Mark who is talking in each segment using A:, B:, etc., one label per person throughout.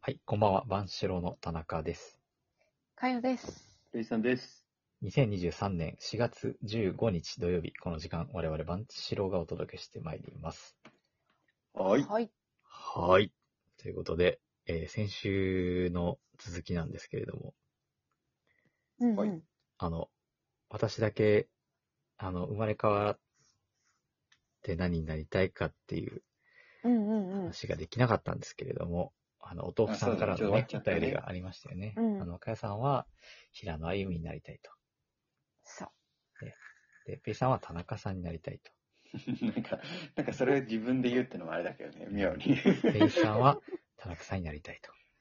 A: はい、こんばんは。万四郎の田中です。
B: かよです。
C: ルイさんです。
A: 2023年4月15日土曜日、この時間、我々万四郎がお届けしてまいります。
C: は。
B: はい。
A: はい。ということで、えー先週の続きなんですけれども、
B: うんうん
C: はい
A: あの、私だけ、あの、生まれ変わって何になりたいかっていう
B: うんうんうん。
A: 話ができなかったんですけれども、あの、お豆腐さんから
C: あそう
A: の
C: だ
A: ね
C: ね、ちょ
A: お
C: っと終わっちゃったね
A: 便りがありましたよね。
B: うん
A: あの、かやさんは、平野歩夢になりたいと。
B: そう。
A: で、ペイさんは田中さんになりたいと。
C: なんか、なんかそれを自分で言うってのもあれだけどね、妙に。
A: ペイさんは田中さんになりた い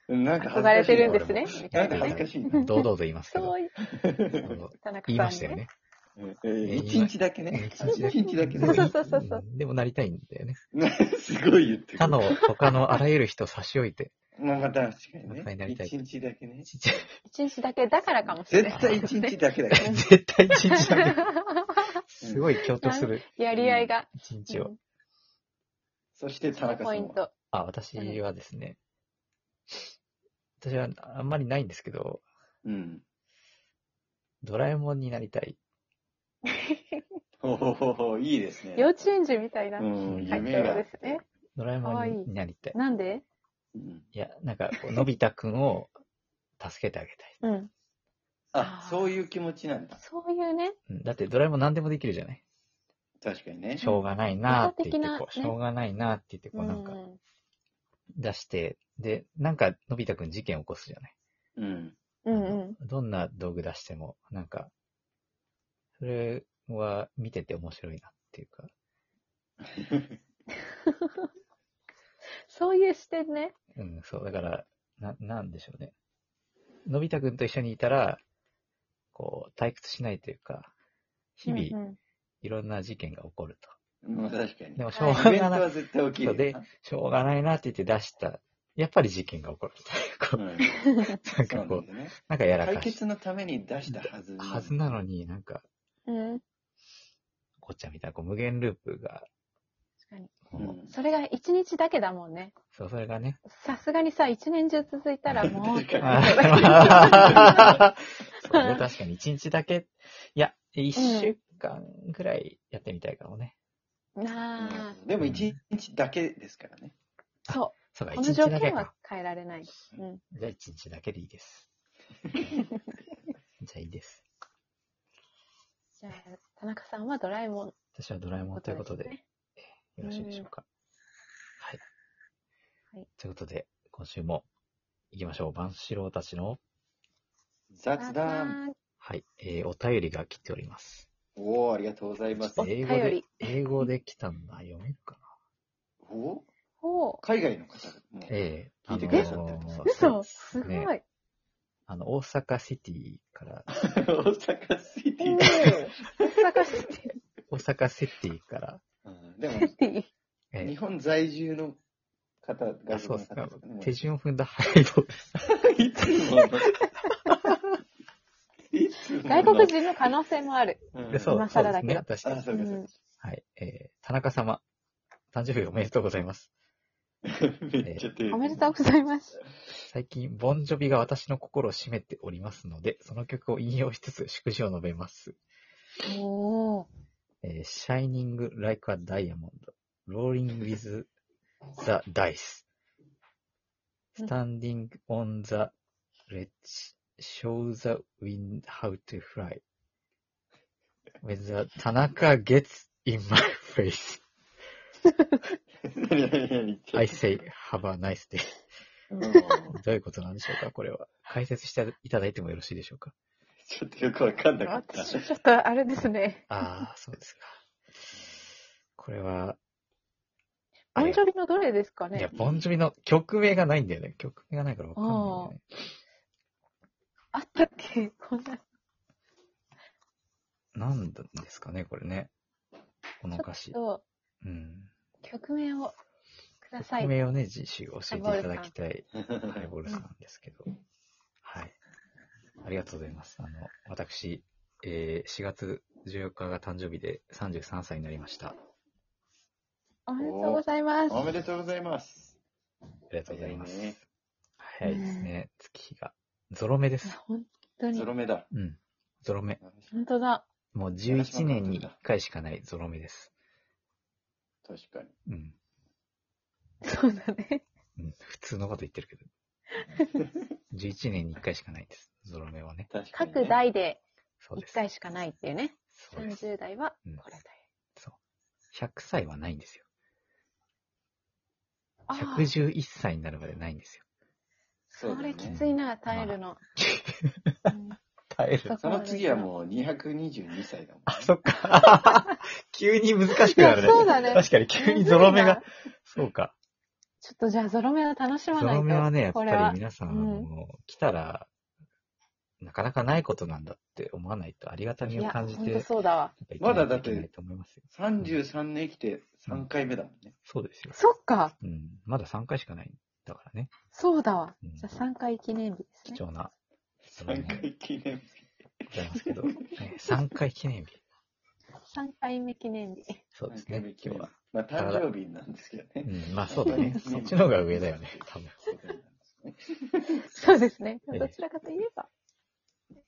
C: なんか恥ず
B: 憧
C: かし
B: れ
C: い
B: てるんですね。みた
C: ないんか
B: な
C: 恥ず
B: ね。
C: かしい
A: と
C: な。。
A: 堂々と言いますけど、
B: そ
A: あ
B: う、
A: の
B: 田中さん、ね。
A: 言いましたよね。
C: うんえー一日だけね。
A: 一日だけ
C: 一日だけ
A: で
C: ね
A: も
B: そうそうそうそう
A: うんでもなりたいんだよね。
C: すごい言って
A: 他
C: くる。
A: の、他のあらゆる人を差し置いて、
C: まあまあ確か
A: 僕に
C: に
A: な
C: ね。
A: りたい
C: 一日だけね。
A: ちっちゃい
B: 一日だけだからかもしれない。
C: 絶対一日だけだから。
A: 絶対一日だけ。すごい強調する
B: やり合いが。
A: 一日を。
C: そして田中さ
B: ポイ
C: ん
B: ン
C: は。
B: ト。
A: あ、私はですね、私はあんまりないんですけど、
C: うん。
A: ドラえもんになりたい。
C: ほほほほ、いいですね。
B: 幼稚園児みたいな
C: う。ん、
B: はい、
C: 夢が。
B: ですね。
A: ドラえもんになりたい。
B: なんで
C: うん
A: いや、なんか、こうのび太くんを 助けてあげたい
B: うん。
C: あ、そういう気持ちなんだ。
B: そういうね、
A: うん。だってドラえもん何でもできるじゃない。
C: 確かにね
A: し。ょうがないなーって言ってこう、
B: うん
A: しょうがないなーって言ってこう、なんか
B: うん
A: 出して、で、なんかのび太くん事件起こすじゃない。
C: うん。
B: うんう
A: あ
B: ん。
A: のどんな道具出しても、なんか、それは見てて面白いなっていうか、
B: そういう視点ね。
A: うん、そう、だから、な、なんでしょうね。のび太くんと一緒にいたら、こう、退屈しないというか、日
B: う
A: 々、
B: んうん
A: いろんな事件が起こると。
C: まあ確かに。
A: で
C: イ
A: も、しょう
C: ベント
A: がな、
C: はい絶対起き
A: そう
C: る。
A: でしょうがないなって言って出した、やっぱり事件が起こる
C: う
A: み
C: ん。
A: たいな、な
C: そうなんん
A: か
C: だ
A: こ
C: よ
A: う、
C: ね。
A: なんかやら
C: 解
A: かし
C: 決のために出したはず。
A: はずなのになんか、
B: うん。
A: こっちゃみたいな、こう、無限ループが、
B: 確かに。
A: こう
C: うん
B: それが一日だけだもんね。
A: そう、それがね、
B: さすがにさ、一年中続いたらもう
C: 確かに
A: あーそうね、確かに一日だけ、いや、一週間ぐらいやってみたいかもね。
B: なあ、
C: でも一日だけですからね。
B: そ
A: そうか、一
B: う。この
A: 日
B: 条
A: だけ
B: 件は
A: か。
B: 変えられない。うん。
A: じゃあ一日だけでいい です。じゃあいいです。
B: じゃあ、田中さんはドラえもん。
A: 私はドラえもんということで、
B: ね
A: よろしいでしょうか。はい。
B: はい
A: ということで、今週も行きましょう。万四郎たちの、
C: 雑談。
A: はい、えー、お便りが来ております。
C: おお、ありがとうございます
B: お。
A: 英
B: 便り
A: 語で、英語で来たんだ。読めるかな
C: お
B: おう
C: 海外の方も。
A: ええ
C: 聞いてくださって
A: の
C: る
A: ー
B: 嘘すごい。
A: ねあの、大阪シティから、
C: 大阪シテ
B: おう
C: ィ。
B: 探してる。
A: 大阪シティから、
C: うんでも、
A: え
C: 日本在住の方、
A: あ
C: 外
A: そうで
C: 国の
A: すね
C: 方とかね。も。う
A: 手順を踏んだ配慮です。
C: いつもの。いつも の
B: 外国人の可能性もある。
C: うん
A: そう
B: 今
A: そう
B: 更
A: で
B: だ
A: す
B: けど
A: ね。確か
C: あ、
A: に。
C: そうかそううんか。
A: はい。えー、田中様、誕生日おめでとうございます。
C: めっちゃ手。
B: おめでとうございます。
A: 最近、ボンジョビが私の心を占めておりますので、その曲を引用しつつ祝辞を述べます。
B: おお。
A: えー、Shining Like a Diamond, Rolling with the Dice, Standing on the Ledge, Show the Wind How to Fly, When the Tanaka gets in my face,
C: 何何何
A: I say have a nice day.
C: うん
A: どういうことなんでしょうかこれは。解説していただいてもよろしいでしょうか
C: ちょっとよくわかんなかった。
B: 私、ちょっとあれですね。
A: ああ、そうですか。これは、
B: ボンジ
A: ョ
B: ョビのどれですか
A: いや、
B: ね
A: ボンジョビの曲名がないんだよね。曲名がないからわかんないんだよね。
B: あったっけこんな。
A: なんですかね、これね。この歌詞。
B: と、
A: うん。
B: 曲名をくださ
A: 曲
B: い。
A: 名をね、自身教えていただきたい、 ハイ
C: は
A: ボールさんですけど。はい。ありがとうございます。あの、私、えー4月14日が誕生日で33歳になりました。あ
B: おめでとうございま
C: い
B: す。
C: おめでとうございます。
A: りがとうございます。
C: ね
A: は早いですね、月日が。ゾロ目です。
B: 本当に
C: ゾ。ロ目だ。
A: うん。ゾロ目。
B: 本当だ。
A: もう11年に1回しかないゾロ目です。
C: 確かに。
A: うん。
B: そうだね。
A: うん、普通のこと言ってるけど。11年に1回しかないです。ゾロ目はね。
C: 確かに、
B: 各。代で
A: そうで
B: 1
A: す。
B: 回しかないっていうね。
A: そうです。
B: 30代は
A: うん
B: これだよ。
A: 100歳はないんですよ。
B: ああ、
A: 111歳になるまでないんですよ。
C: そう
B: そ
C: だ
B: れ
C: ね
B: きついな、耐えるの。うん
A: 耐える
B: そ
C: その次はもう222歳だもん、ね。
A: あ、そっ か。急に難しくなるね。
B: いやそうだね
A: 確かに 急にゾロ目
B: むずいな
A: が。そうか。
B: ちょっとじゃあ、ゾロ目を楽し
A: ゾ
B: まないと。
A: ロ目はね、やっぱ
B: これは
A: り皆さん、あの来たら、なかなかないことなんだって思わないと、ありがたみを感じ
B: いや、本
A: て
B: 当、そうだわ。
C: まだだって
A: いけないと思いますよ。
C: 33年生きて3回目だもんね。
A: そうですよ。
B: そっか、
A: うん。まだ3回しかないんだからね。
B: そうだわ。
A: うん
B: じゃあ、3回記念日ですね
A: 貴。重な、そうだね
C: 3回記念日。
A: ございますけど。3回記念日。
B: 3回目記念日。
A: そうです
C: 3回目
A: ね
C: 今。日
A: 今日は
C: は。。まあ誕生日なんですけど
A: う
C: ね。
A: ん、まあそうだ ね。そっちの方が上だよね。多分。
C: そうなんですね
B: そうですね。
A: ええ
B: どちらかといえば。
A: は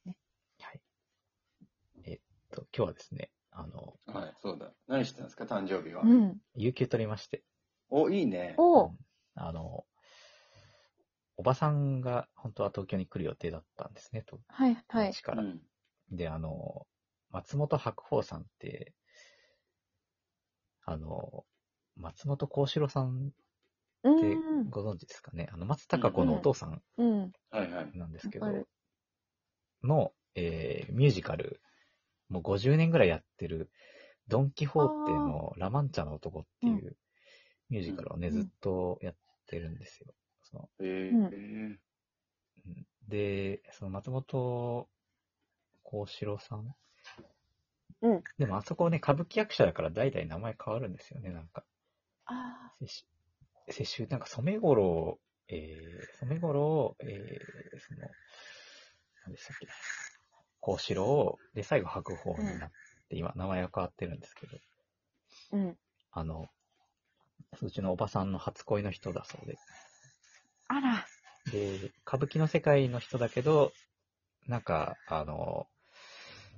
A: い。えっと、今日はですね、あの、
C: はい、そうだ。何してたんですか、誕生日は。
B: うん。
A: 有給取りまして、
C: お、いいね。
B: おう
A: あの、おばさんが本当は東京に来る予定だったんですね、と。
B: はい、はい。
A: 東か
C: う
A: ら。
C: ん。
A: で、あの、松本白鵬さんって、あの、松本幸四郎さん
B: う
A: って
B: ん。
A: ご存知ですかね。あの、松たか子のお父さん
B: うん。
C: はいはい。
A: なんですけど、
B: わかる
A: の、えーミュージカル、もう50年ぐらいやってる、ドン・キホーテのラ・マンチャの男っていうミュージカルをね、
B: うん
A: ずっとやってるんですよ。その
C: え
B: うん
C: ー
A: で、その松本幸四郎さん
B: うん
A: でもあそこね、歌舞伎役者だから代々名前変わるんですよね、なんか。
B: あ
A: 世襲、世襲、なんか染五郎、えー、染五郎、えー、その、何でしたっけ、幸四郎、で、最後白鵬になって、今、名前が変わってるんですけど、
B: あ、うん。
A: あの、うちのおばさんの初恋の人だそうで、
B: あら。
A: で、歌舞伎の世界の人だけど、なんか、あの、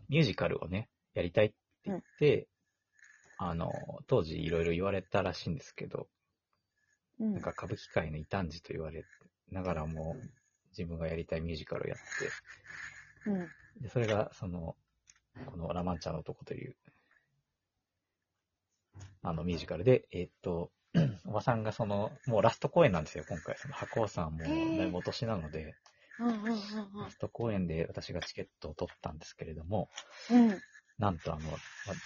A: ミュージカルをね、やりたいって言って、あの、当時いろいろ言われたらしいんですけど、
B: うん
A: なんか歌舞伎界の異端児と言われながらも、自分がやりたいミュージカルをやっ
B: うん。
A: て、でそれが、その、このラ・マンチャの男という、あのミュージカルで、えーっと、 おばさんがその、もうラスト公演なんですよ、今回。その、白鵬さんもだいぶお年なので、
B: うんうんうん
A: ラスト公演で私がチケットを取ったんですけれども、
B: うん。うん。
A: なんとあの、わ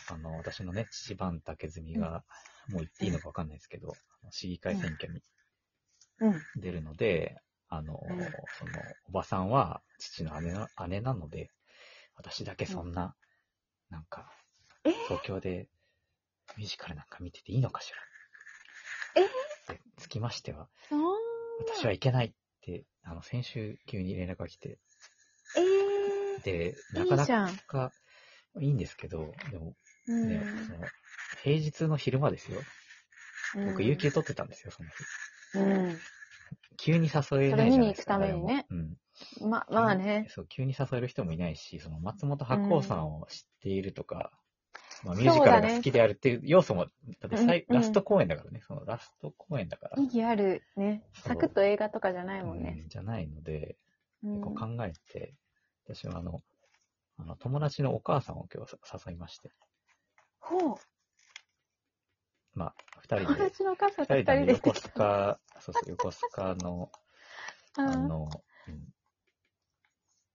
A: あの、私のね、父番竹積が、もう言っていいのかわかんないですけど、あの市議会選挙に
B: うん。
A: 出るので、あの、
B: うん
A: その、おばさんは父の姉な姉なので、私だけそんな、なんか、
B: えー
A: 東京でミュージカルなんか見てていいのかし
B: え
A: ら。えつきましては、
B: そんな。
A: 私はいけないって、あの、先週急に連絡が来て、
B: え
A: で、
B: え
A: なか
B: いい
A: な
B: じゃん。
A: かいいんですけど、でも
B: う
A: ね、
B: ん
A: その、平日の昼間ですよ。僕、有給取ってたんですよ、その日。
B: うん。
A: 急に誘えないじゃないですか。
B: それ見に行くためにね
A: 誰もうん。
B: うんま、まあね。
A: そう、急に誘える人もいないし、その松本白鸚さんを知っているとか、まあ、ミュージカルが好きであるっていう要素も、だって最
B: うんうん
A: ラスト公演だからね、そのラスト公演だから。
B: 意義あるね。
A: そう
B: サクッと映画とかじゃないもんね。
A: うんじゃないので、
B: うん
A: こう考えて、私はあの、あの友達のお母さんを今日誘いまして、
B: ほう。
A: まあ、二人
B: 友
A: で、
B: 達のお母さんと
A: 二
B: 二
A: 人
B: 人
A: で
B: で
A: 横須賀、そうそう、横須賀の、
B: う
A: あ
B: ん
A: の、うん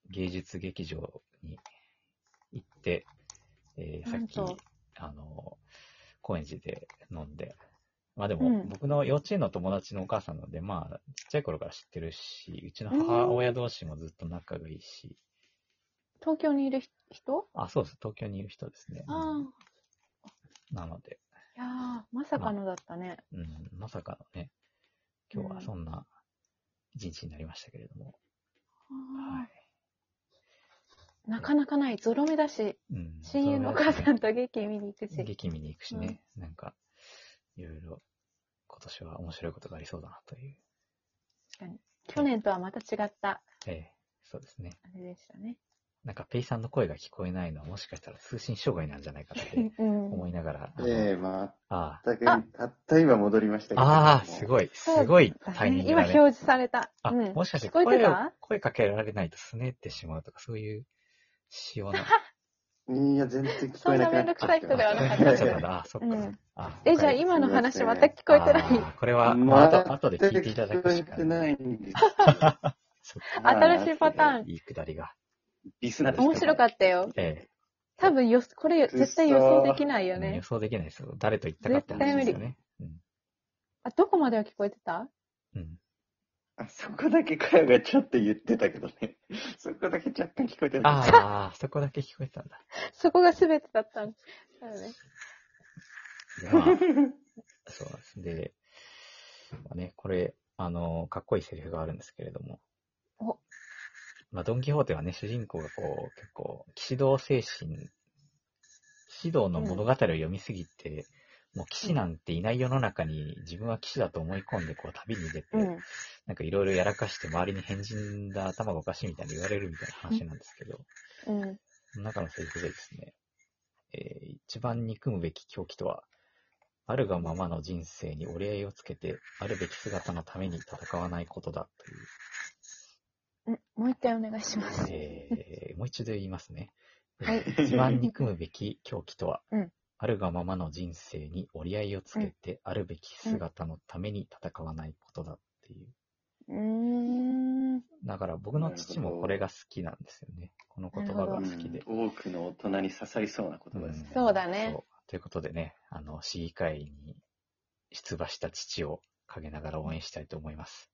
A: 芸術劇場に行って、えーさ
B: な
A: っ
B: ん
A: き
B: と、
A: あの、高円寺で飲んで、まあで
B: う
A: も、
B: ん
A: 僕の幼稚園の友達のお母さんなので、まあ、ちっちゃい頃から知ってるし、うちの母親同士もずっと仲がいいし、
B: 東京にいる人
A: あ、そうです、東京にいる人ですね。
B: あ
A: なので、
B: あ。いやー、まさかのだったね。
A: うん、まさかのね、今日
B: う
A: は
B: ん
A: そんな一日になりましたけれども、
B: あー
A: はい。
B: なかなかない。ゾロ目だし、
A: うん。
B: 親友のお母さんと劇見に行くし。
A: 激見に行くしね、なんか、いろいろ、今年は面白いことがありそうだなという。
B: 確かに。去年とはまた違った、
A: ええ、そうですね。
B: あれでしたね。
A: なんか、ペイさんの声が聞こえないのは、もしかしたら通信障害なんじゃないかっ て思
B: う
A: い
B: ん。
A: ながら。あの
C: ええま
A: あ
C: 全く、たった今戻りましたけど。
A: あ、ああ、す
C: い。
A: ごい、す
B: そう
A: ごい
B: だね
A: タイミング
B: 今
A: だ
B: 表
A: ね。
B: 示された。
A: あ、
B: うん
A: もしかして
B: 聞こえて
A: 声を
B: た、
A: 声かけられないと拗ねってしまうとか、そういう仕様な。
C: いや、全然聞こえなくな
B: そんなめ
C: っちゃ
B: んどくさい人ではなかった
A: あそうなんだあ、そっか。
B: うん
A: あ
B: え、じゃあ今の話全く聞こえてな
A: あ
B: い。
A: ーこれは、まあ、あと、後で聞いていただくしか。
C: 全く聞こえてないいんですよ。
A: そっ
C: まあ
B: 新しいパターン。
A: いいくだりが。
C: リスナーです
B: 面白か
C: っ
B: ったよ。
A: え
B: 多分よ、これ絶対予想できない
A: え
B: よね
A: 予。想できないですよ。誰と言ったかって話ですよね。うん。
B: あ、どこまでは聞こえてた
A: うん。
C: た。あそこだけかよがちょっと言ってたけどね。そこだけ若干聞こえてない。
A: ああ、そこだけ聞こえてたんだ。
B: そこが全てだったんだよね。
A: でまあ、そうなんです。で、まあね、これ、あの、かっこいいセリフがあるんですけれども。
B: お
A: まあ、ドン・キホーテはね、主人公がこう、結構、騎士道精神、騎士道の物語を読みすぎて、もう騎士なんていない世の中に自分は騎士だと思い込んで、こう、旅に出て、
B: うん。
A: なんかいろいろやらかして周りに変人だ、頭がおかしいみたいに言われるみたいな話なんですけど、
B: うん。
A: その中のセリフでですね、えー一番憎むべき狂気とは、あるがままの人生に折り合いをつけて、あるべき姿のために戦わないことだ
B: うんもう一回お願いします
A: と。いう、えーもう一度言いますね。
B: はい。
A: 一番憎むべき狂気とは、
B: うん
A: あるがままの人生に折り合いをつけて、あるべき姿のために戦わないことだっていう。
B: うーん。
A: だから僕の父もこれが好きなんですよね。この言葉が
B: な
A: 好
B: る
A: きで。
C: うん多くの大人に刺さりそうな言葉ですね。
B: そうだね
A: そう。ということでね、あの、市議会に出馬した父を陰ながら応援したいと思います。